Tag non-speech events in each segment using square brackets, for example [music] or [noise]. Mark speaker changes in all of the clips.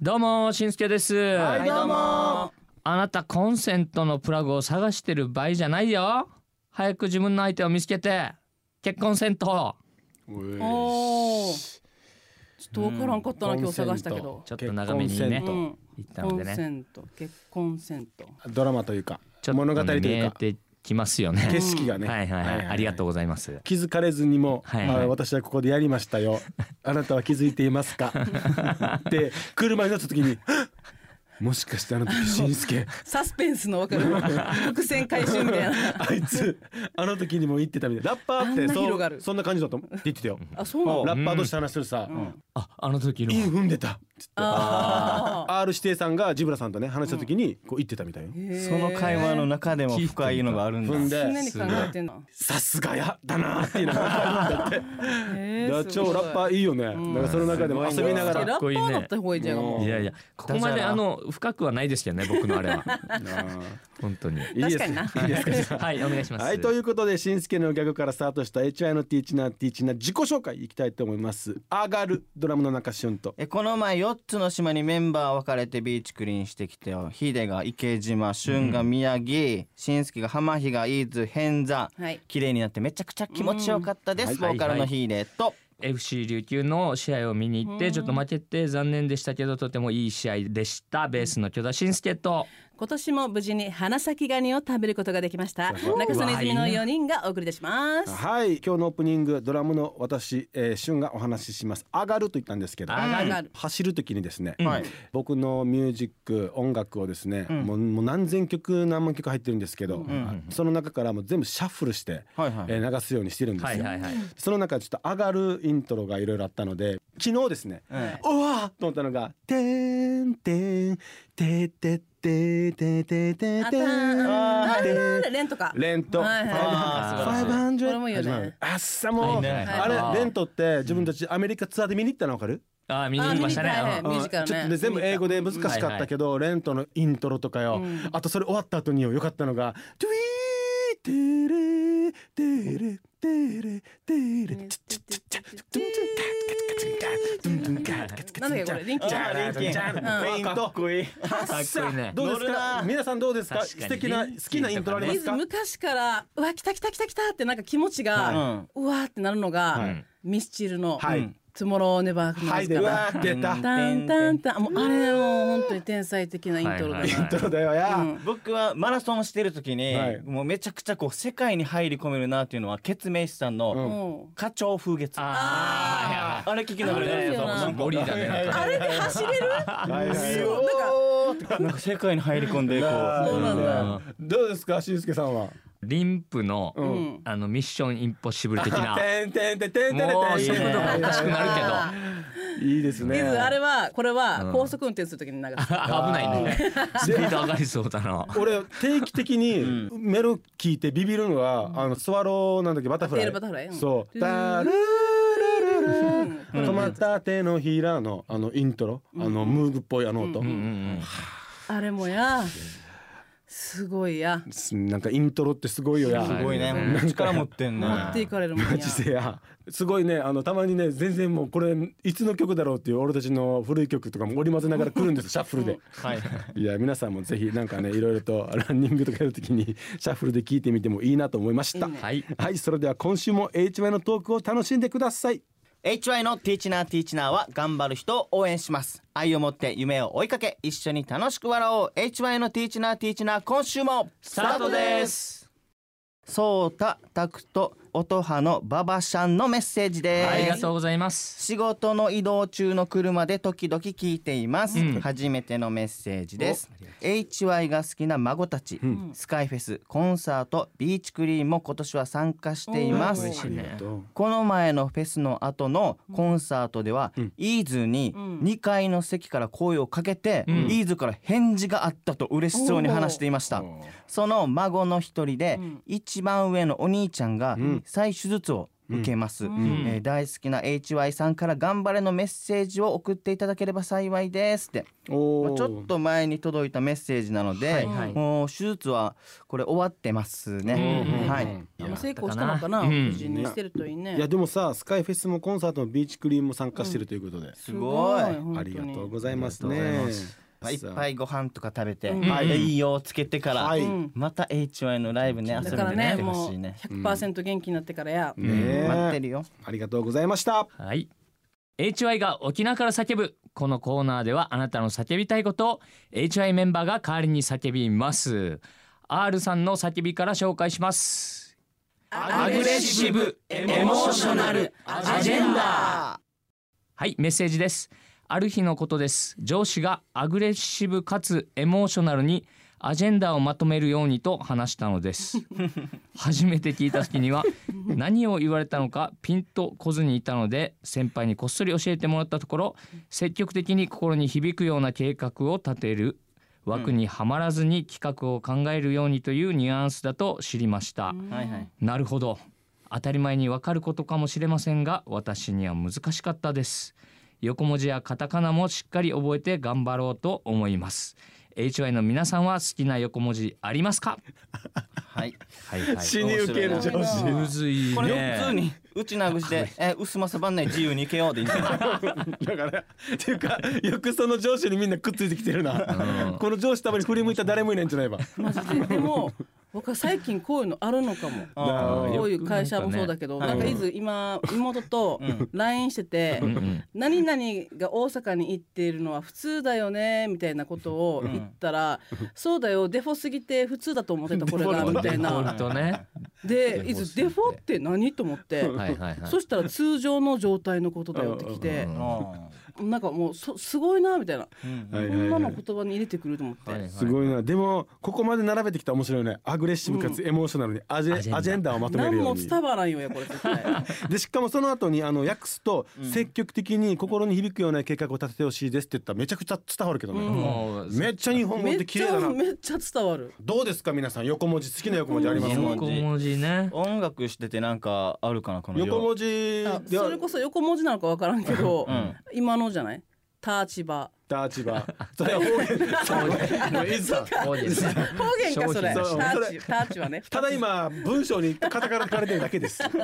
Speaker 1: どうもしんすけです、
Speaker 2: はいどうも
Speaker 1: あなたコンセントのプラグを探してる場合じゃないよ早く自分の相手を見つけて結婚せんと
Speaker 2: おーちょっとわからんかったな、
Speaker 3: うん
Speaker 2: 今日探したけど
Speaker 1: ちょっと長めにね
Speaker 3: 結婚セント
Speaker 2: うん
Speaker 1: 言ったの
Speaker 2: コ
Speaker 1: で
Speaker 2: ン
Speaker 1: ね
Speaker 2: セント結婚セント
Speaker 3: ドラマというか
Speaker 1: ちょっとね
Speaker 3: 物語と
Speaker 1: 見
Speaker 3: い
Speaker 1: え
Speaker 3: うか
Speaker 1: てきますよね
Speaker 3: 景色がね、
Speaker 1: はいはいはい、ありがとう
Speaker 3: う
Speaker 1: ございます
Speaker 3: 気づかれずにも、
Speaker 1: はいはい
Speaker 3: あ私はここでやりました
Speaker 1: [laughs]
Speaker 3: よあなたは気づいていますかで車に乗った時
Speaker 1: [laughs]
Speaker 3: にはっもしかしてあの時しんすけ
Speaker 2: サスペンスのわかる伏線回収みたいな
Speaker 3: あいつあの時にも言ってたみたいなラッパーって
Speaker 2: あんな
Speaker 3: そ
Speaker 2: 広が
Speaker 3: う
Speaker 2: る
Speaker 3: そんな感じだと思って言ってたよ
Speaker 2: あそうなの
Speaker 3: ラッパーとして話してるさ、
Speaker 1: ああの時の
Speaker 3: イン踏んでたっつって
Speaker 2: あ
Speaker 3: R 指定さんがジブラさんとね話した時にこう言ってたみたいよ、 [laughs]
Speaker 2: ー
Speaker 4: その会話の中でも深いのがあるんだ
Speaker 3: 踏ん
Speaker 2: 常
Speaker 3: で
Speaker 2: に考えてんな
Speaker 3: さすがやだなっていうのがあ [laughs] るんだって
Speaker 2: え
Speaker 3: いや超ラッパーいいよね、なんかその中でも遊びなが
Speaker 2: ラ
Speaker 3: ら
Speaker 2: ッパーだった方がいいじゃん
Speaker 3: もう
Speaker 1: いやいやここまであの深くはないですけどね僕のあれは本当に
Speaker 3: いいですね
Speaker 2: 確
Speaker 3: いいです
Speaker 1: [laughs]
Speaker 3: か
Speaker 1: はいお願いします
Speaker 3: [laughs] はいということでしんすけのギャグからスタートした HI のティーチナーティーチナー自己紹介いきたいと思います上がるドラムの中旬と
Speaker 4: えこの前4つの島にメンバー分かれてビーチクリーンしてきてよヒデが池島俊が宮城紳助が浜比嘉伊豆偏座
Speaker 2: はい
Speaker 4: 綺麗になってめちゃくちゃ気持ちよかったです、
Speaker 1: うん
Speaker 4: ボーカルのヒデと、
Speaker 1: FC 琉球の試合を見に行ってちょっと負けて残念でしたけどとてもいい試合でしたベースの巨田慎介と
Speaker 2: 今年も無事に花咲ガニを食べることができました中曽根泉の四人がお送り出します
Speaker 3: はい今日のオープニングドラムの私、えー、旬がお話しします上がると言ったんですけど
Speaker 1: 上が
Speaker 2: る上がる
Speaker 3: 走る時にですね、
Speaker 4: はい
Speaker 3: 僕のミュージック音楽をですね、もうもう何千曲何万曲入ってるんですけど、その中からもう全部シャッフルして、
Speaker 4: はいはい
Speaker 3: えー流すようにしてるんですよ、
Speaker 1: はいはいはい
Speaker 3: その中でちょっと上がるイントロがいろいろあったので昨日ですね、うわーっと思ったのが「てーんてーんてーてっててててて
Speaker 2: あ
Speaker 3: て
Speaker 2: た
Speaker 3: ーん
Speaker 2: レンとか
Speaker 3: レント
Speaker 2: はいはい
Speaker 1: あー素
Speaker 3: 500
Speaker 2: これもいいよ
Speaker 3: 始
Speaker 2: ね
Speaker 3: まるあっさも
Speaker 1: は
Speaker 3: う、
Speaker 1: いはい
Speaker 2: はい
Speaker 3: あれレントって自分たちアメリカツアーで見に行ったのわかる、
Speaker 1: あー見に行きましたね
Speaker 2: あ見に行った
Speaker 1: うん
Speaker 2: ミュージカルね
Speaker 3: ちょっとね全部英語で難しかったけど、レントのイントロとかよ、あとそれ終わった後によよかったのが「トゥイーテレテレテレテレチッチッチッチャドゥンドゥンガッカツカツンガッドゥンドゥンガッカツカツンガッ
Speaker 2: なんだっけこれリンキー
Speaker 3: ジャラジャラジャラフェイント
Speaker 1: かっこいいね
Speaker 3: どうです
Speaker 4: 乗る
Speaker 3: か
Speaker 4: な
Speaker 3: 皆さんどうですか
Speaker 1: 確かに
Speaker 3: 素敵な好きなイントロありま
Speaker 2: リ
Speaker 3: す
Speaker 2: ズ
Speaker 3: か
Speaker 2: 昔からうわ来た来た来た来たってなんか気持ちが、うわーってなるのが、ミスチルの、
Speaker 3: はい
Speaker 2: トゥモローネバーク
Speaker 3: はいでうわー出た
Speaker 2: タンタンタンもうあれもう本当に天才的なイントロだな、
Speaker 1: はいはい
Speaker 3: イントロだよや、
Speaker 4: 僕はマラソンしてる時に、
Speaker 3: はい
Speaker 4: もうめちゃくちゃこう世界に入り込めるなっていうのはケツメイシさんの
Speaker 2: も
Speaker 4: 「花鳥風月」
Speaker 1: あ
Speaker 4: あれ聞き
Speaker 1: ー
Speaker 4: なが
Speaker 1: はい
Speaker 4: ら
Speaker 1: はい
Speaker 2: あれいいよな
Speaker 1: あれゴリラねなん
Speaker 2: う
Speaker 1: か
Speaker 2: あれで走
Speaker 3: [laughs]
Speaker 2: れる
Speaker 3: はいはい
Speaker 2: そうなん
Speaker 4: [laughs] なんか世界に入り込んでこう
Speaker 2: そうなんだ
Speaker 3: どうですかしんすけさんは
Speaker 1: リンプの
Speaker 3: ん
Speaker 1: あのミッションインポッシブル的な
Speaker 3: てんてんてんてんてんてん
Speaker 1: もう
Speaker 3: てん
Speaker 1: 速度がおかしくなるけど
Speaker 3: いいですね
Speaker 2: リズあれはこれは高速運転するときに流す、
Speaker 3: [laughs]
Speaker 1: あ危ないねスピード上がりそうだな
Speaker 3: 俺定期的にメロ聞いてビビるのは、あのスワローなんだっけバタフラ
Speaker 2: テー
Speaker 3: イ
Speaker 2: ルバタフライうん
Speaker 3: そう「タルルルルル止まった手のひらの」あのイントロ、あのムーブっぽいあの音、
Speaker 2: あれもやすごいや
Speaker 3: すなんかイントロってすごいよや
Speaker 4: すごいねもう力持ってんね
Speaker 2: 持っていかれるもんや
Speaker 3: マジでやすごいねあのたまにね全然もうこれいつの曲だろうっていう俺たちの古い曲とかも織り交ぜながら来るんですよシャッフルで。
Speaker 4: はい
Speaker 3: いや皆さんもぜひなんかねいろいろとランニングとかやるときにシャッフルで聞いてみてもいいなと思いました。
Speaker 1: はい
Speaker 3: はい、それでは今週も HY のトークを楽しんでください。
Speaker 4: HY のティーチナーティーチナーは頑張る人を応援します愛を持って夢を追いかけ一緒に楽しく笑おう HY のティーチナーティーチナー今週も
Speaker 1: スタートです
Speaker 4: ソータタクト音羽のババシャンのメッセージです、
Speaker 1: ありがとうございます
Speaker 4: 仕事の移動中の車で時々聞いています、
Speaker 1: うん
Speaker 4: 初めてのメッセージです HY が好きな孫たち、スカイフェスコンサートビーチクリーンも今年は参加していま
Speaker 2: お
Speaker 4: す
Speaker 2: ー
Speaker 1: 嬉しいね
Speaker 4: この前のフェスの後のコンサートでは、イーズに2階の席から声をかけて、イーズから返事があったと嬉しそうに話していましたその孫の一人で、一番上のお兄ちゃんが再手術を受けます、
Speaker 2: うん
Speaker 4: えー大好きな HY さんから頑張れのメッセージを送っていただければ幸いですって
Speaker 3: お
Speaker 4: まあ
Speaker 3: ー
Speaker 4: ちょっと前に届いたメッセージなので、
Speaker 1: はいはい
Speaker 4: もう手術はこれ終わってますね、
Speaker 1: うんうんうん
Speaker 4: はい、
Speaker 2: あの成功したのかな
Speaker 1: うん
Speaker 2: 無事にしてるといいね
Speaker 3: いやでもさスカイフェスもコンサートのビーチクリーンも参加してるということで、
Speaker 4: すごい
Speaker 2: 本当に
Speaker 3: ありがとうございます
Speaker 4: ありがとう
Speaker 3: ね
Speaker 4: ございままあ、いっぱいご飯とか食べて、
Speaker 2: うん
Speaker 4: あいいよつけてから、
Speaker 3: はい
Speaker 2: うん
Speaker 4: また HY のライブね遊
Speaker 2: だ
Speaker 4: び
Speaker 2: から
Speaker 4: に
Speaker 2: ね
Speaker 4: 来てほ
Speaker 2: もう
Speaker 4: しいね
Speaker 2: 100%元気になってからや、
Speaker 3: ねえ
Speaker 4: 待ってるよ
Speaker 3: ありがとうございました
Speaker 1: はい HY が沖縄から叫ぶこのコーナーではあなたの叫びたいことを HY メンバーが代わりに叫びます R さんの叫びから紹介します
Speaker 2: ア
Speaker 1: グレッシブエモーショナルアジェン
Speaker 2: ダ
Speaker 1: はいメッセージですある日のことです上司がアグレッシブかつエモーショナルにアジェンダをまとめるようにと話したのです [laughs] 初めて聞いた時には何を言われたのかピンとこずにいたので先輩にこっそり教えてもらったところ積極的に心に響くような計画を立てる枠にはまらずに企画を考えるようにというニュアンスだと知りました、
Speaker 4: はいはい
Speaker 1: なるほど当たり前にわかることかもしれませんが私には難しかったです横文字やカタカナもしっかり覚えて頑張ろうと思います HY の皆さんは好きな横文字ありますか
Speaker 4: はい
Speaker 1: はい
Speaker 4: [laughs]
Speaker 1: は
Speaker 3: 死に受ける上
Speaker 2: 面
Speaker 3: 司
Speaker 2: 白いな
Speaker 1: むずい
Speaker 4: これ
Speaker 1: ね
Speaker 4: 普通にうちなぐして「えー薄まさばんない自由に行けよ」でいいんじゃない
Speaker 3: だからっていうかよくその上司にみんなくっついてきてるな、この上司たまに振り向いたら誰もいないんじゃないば
Speaker 2: マジででも僕は最近こういうのあるのかも
Speaker 4: あ
Speaker 1: あー
Speaker 2: こういう会社もそうだけど、
Speaker 4: なん
Speaker 2: な
Speaker 4: か
Speaker 2: んか
Speaker 4: ね
Speaker 2: いず今妹と LINE してて、
Speaker 1: うんうん
Speaker 2: 何々が大阪に行っているのは普通だよねみたいなことを言ったら、そうだよデフォすぎて普通だと思ってたこれがみたい
Speaker 1: デフォ
Speaker 2: な
Speaker 1: ルトね
Speaker 2: で
Speaker 1: デフォす
Speaker 2: い
Speaker 1: ぎ
Speaker 2: ず
Speaker 1: て
Speaker 2: デフォって何と思って、
Speaker 1: はいはいはい
Speaker 2: そしたら通常の状態のことだよってきて
Speaker 1: うん、
Speaker 4: あ
Speaker 2: なんかもうそすごいなみたいな、
Speaker 4: ーうん
Speaker 3: はい
Speaker 2: こんなの言葉に入れてくると思って、
Speaker 1: はいはい
Speaker 3: すごいなでもここまで並べてきたら面白いよねアグレッシブかつエモーショナルにアジェ,、
Speaker 1: アジェンダ
Speaker 3: アジェンダをまとめ
Speaker 2: 何
Speaker 3: るよう
Speaker 2: も
Speaker 3: に
Speaker 2: 伝わらんよやこれ絶対。
Speaker 3: でしかもその後にあの訳すと積極的に心に響くような計画を立ててほしいですって言ったらめちゃくちゃ伝わるけどね、
Speaker 1: もう
Speaker 3: めっちゃ日本語
Speaker 2: め
Speaker 3: っ
Speaker 2: って
Speaker 3: 綺
Speaker 2: ち
Speaker 3: 麗だ
Speaker 2: ゃ
Speaker 3: な
Speaker 2: めっちゃ伝わる。
Speaker 3: どうですか皆さん横文字好きな横文字あります
Speaker 4: 横文字
Speaker 1: 横文字ね
Speaker 4: 音楽しててなんかあるかなこの
Speaker 3: 横文字
Speaker 2: あ
Speaker 3: で
Speaker 2: それこそ横文字なのかわからんけど、
Speaker 4: ん
Speaker 2: 今のじゃない？立場。
Speaker 3: 立場それは
Speaker 2: [laughs]
Speaker 3: 方言
Speaker 1: そうです
Speaker 3: もういいさ
Speaker 1: そうですね
Speaker 2: 方言かそれ。
Speaker 1: 商
Speaker 3: 品
Speaker 2: 立場立場ね。
Speaker 3: [laughs] ただ今文章にカタカナ書かれてるだけですじ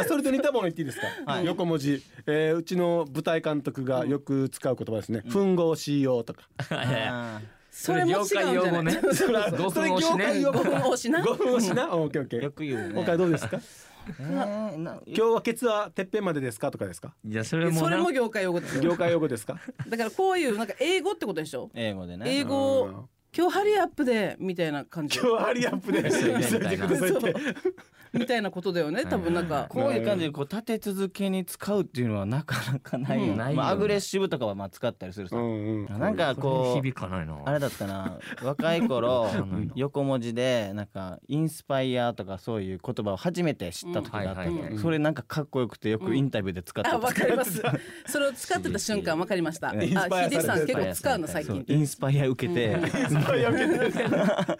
Speaker 3: ゃあそれと似たもの言っていいですか、
Speaker 4: はい
Speaker 3: 横文字、えーうちの舞台監督がよく使う言葉ですね「吻合しよう」とか
Speaker 4: あ
Speaker 2: それも違うんじゃな
Speaker 1: 業
Speaker 2: い？
Speaker 1: 界用語ね
Speaker 3: それ
Speaker 1: 五
Speaker 3: それ
Speaker 1: 分押し
Speaker 3: 業
Speaker 1: ね
Speaker 3: 界用語
Speaker 2: 五分押しな
Speaker 3: 五分押しな [laughs] オッケーオッケ
Speaker 4: ーよ
Speaker 3: ー
Speaker 4: く言うね
Speaker 3: 他どうですか
Speaker 4: えーな
Speaker 3: 今日はケツはてっぺんまでですかとかですか
Speaker 1: いやそれも
Speaker 2: それ
Speaker 1: な
Speaker 2: も業界用語ですよ。
Speaker 3: 業界用語ですか
Speaker 2: だからこういうなんか英語ってことでしょ？
Speaker 4: 英語でね
Speaker 2: 英語
Speaker 3: うん
Speaker 2: を今日ハリーアップでみたいな感じ
Speaker 3: 今日はハリーアップで急いでくださいって
Speaker 2: みたいなことだよね。多分なんか
Speaker 4: こういう感じでこう立て続けに使うっていうのはなかなかないよ,、
Speaker 2: うん
Speaker 1: ないよね
Speaker 4: まあ、アグレッシブとかはまあ使ったりするさ、
Speaker 3: うんうん
Speaker 4: なんかこう
Speaker 1: 響かないな
Speaker 4: あれだったな若い頃
Speaker 1: かんないな
Speaker 4: 横文字でなんかインスパイアとかそういう言葉を初めて知った時があったけど、
Speaker 1: うんはいはい
Speaker 3: はい
Speaker 4: それなんかかっこよくてよくインタビューで使ってた、
Speaker 2: あわかります。それを使ってた瞬間わかりました。あ
Speaker 3: インスパイ
Speaker 2: ヒ
Speaker 3: アされてる
Speaker 2: デさん結構使うの最
Speaker 4: そう
Speaker 2: 近。
Speaker 4: インスパイア受けて、
Speaker 3: やめてくださ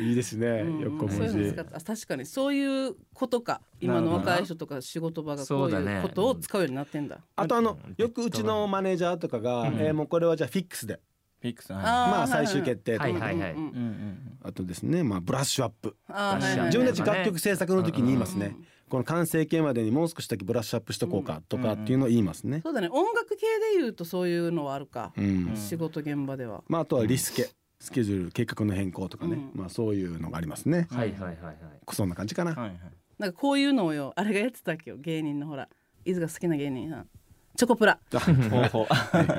Speaker 3: いいいですね横
Speaker 2: そう
Speaker 3: 文
Speaker 2: いうの
Speaker 3: 字
Speaker 2: 使ったあ確かにそういうことか今の若い人とか仕事場がこう
Speaker 1: そうだ
Speaker 2: い
Speaker 1: ね
Speaker 2: うことを使うようになってんだ。
Speaker 3: あとあのよくうちのマネージャーとかがえーもうこれはじゃあフィックスで
Speaker 4: フィックスな
Speaker 2: あー
Speaker 3: まあ最終決定と
Speaker 1: はい
Speaker 3: か
Speaker 1: はいはい
Speaker 2: うんうん
Speaker 4: うんうん
Speaker 3: あとですねまあブラッシュアップ
Speaker 2: あーはいはいはい
Speaker 3: 自分たち
Speaker 1: が
Speaker 3: 楽曲制作の時に言いますねこの完成形までにもう少しだけブラッシュアップしとこうかとかっていうのを言いますね
Speaker 2: そうだね音楽系で言うとそういうのはあるか、
Speaker 3: うん
Speaker 2: 仕事現場では。
Speaker 3: まああとはリスケスケジュール計画の変更とかね
Speaker 2: うん
Speaker 3: まあそういうのがありますね
Speaker 1: はいはいはいはい
Speaker 3: そんな感じかな
Speaker 4: はいはい
Speaker 2: なんかこういうのをよあれがやってたっけよ芸人のほら伊豆が好きな芸人さんチョコプラ
Speaker 4: 方法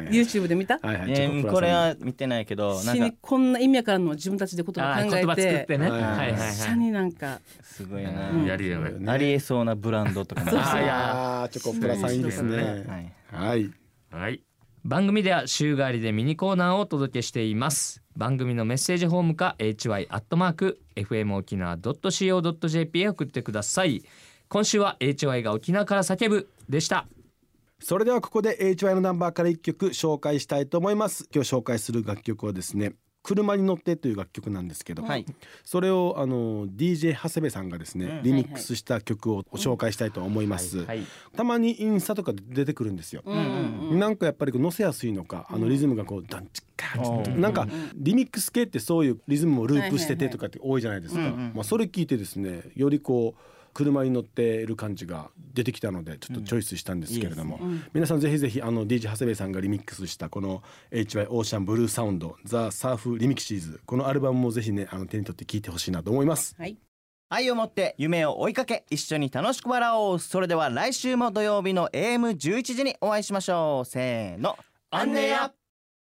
Speaker 2: YouTube で見た
Speaker 3: はいはい
Speaker 4: え
Speaker 3: チョコプラさ
Speaker 4: ー
Speaker 3: ん
Speaker 4: これは見てないけどなん
Speaker 2: 死
Speaker 4: か
Speaker 2: にこんな意味わからんのを自分たちで言
Speaker 1: あ
Speaker 2: 葉
Speaker 1: ー
Speaker 2: 考え
Speaker 1: 言葉作っててね
Speaker 3: は
Speaker 1: はいい
Speaker 3: は
Speaker 1: はいい
Speaker 2: 下になんか
Speaker 4: すごいよな、
Speaker 1: はいやるよね
Speaker 4: ありえそうなブランドとかも
Speaker 1: あーいや
Speaker 3: あーチョコプラさんいいです
Speaker 4: は
Speaker 3: ね
Speaker 4: い
Speaker 3: はい
Speaker 1: はい。番組では週替わりでミニコーナーをお届けしています。番組のメッセージホームか hy アットマーク fm 沖縄 .co jp へ送ってください。今週は hy が沖縄から叫ぶでした。
Speaker 3: それではここで HY のナンバーから一曲紹介したいと思います今日紹介する楽曲はですね車に乗ってという楽曲なんですけど、
Speaker 4: はい
Speaker 3: それをあの DJ 長谷部さんがですね、
Speaker 4: うん
Speaker 3: リミックスした曲を紹介したいと思います、
Speaker 4: はい
Speaker 3: たまにインスタとかで出てくるんですよ、
Speaker 2: うんうんうん
Speaker 3: なんかやっぱりこう乗せやすいのかあのリズムがこうダンチッカーって
Speaker 4: うん
Speaker 3: なんかリミックス系ってそういうリズムをループしててとかって多いじゃないですか、
Speaker 4: はいはいはい
Speaker 3: まあ、それ聞いてですねよりこう車に乗っている感じが出てきたのでちょっとチョイスしたんですけれども、皆さんぜひぜひあの DJ 長谷部さんがリミックスしたこの HY オーシャンブルーサウンド「ザ・サーフ・リミキシーズ」このアルバムもぜひねあの手に取って聴いてほしいなと思います。
Speaker 2: はい
Speaker 4: 愛を持って夢を追いかけ一緒に楽しく笑おうそれでは来週も土曜日の AM11 時にお会いしましょうせーの
Speaker 3: アンネや